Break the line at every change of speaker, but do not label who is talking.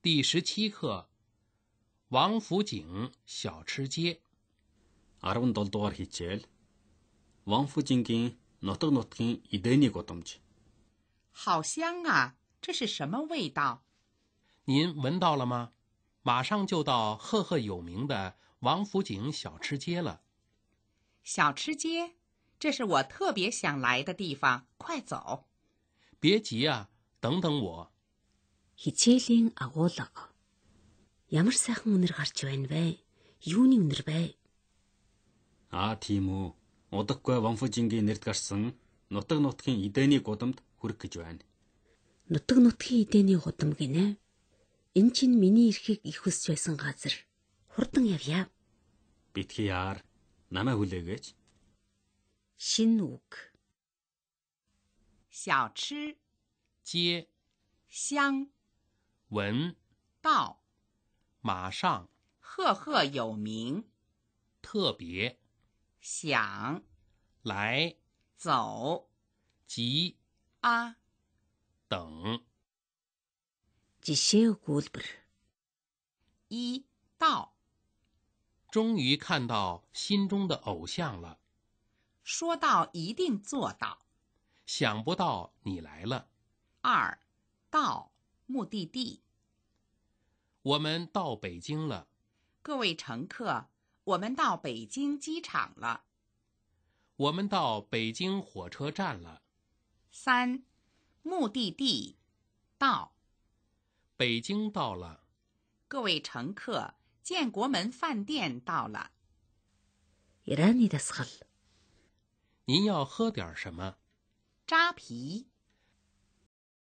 第十七课：王府井小吃街。
17 дугаар хичээл Ванфужингийн нутаг нутгийн эдэний гудамж.
好香啊！这是什么味道？
您闻到了吗？马上就到赫赫有名的王府井小吃街了。
小吃街，这是我特别想来的地方。快走！
别急啊，等等我。
хичээлийн агуулга. Ямар сайхан өнөр гарч байна вэ? Юуны өнөр вэ?
Аа тийм үү. Удахгүй Ванфужингийн нэрд гарсан нутаг нутгийн эдэний гудамд хүрэх гэж байна.
Нутаг нутгийн эдэний гудам гинэ. Энэ чинь миний эрхийг их хүсч байсан газар. Хурдан явъя.
Битгий яар намайг хүлээгээч.
Шин үг.
小吃
街
香
闻
到
马上
赫赫有名，
特别
想
来
走
及
啊！
等
Жишээ өгүүлбэр.
一到
终于看到心中的偶像了。
说到一定做到。
想不到你来了，
二到目的地，
我们到北京了。
各位乘客，我们到北京机场了。
我们到北京火车站了。
三目的地到，
北京到了，
各位乘客，建国门饭店到了。
Ираны дасгал.
您要喝点什么？
扎啤